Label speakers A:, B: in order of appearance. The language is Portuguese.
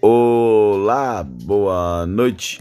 A: Olá, boa noite.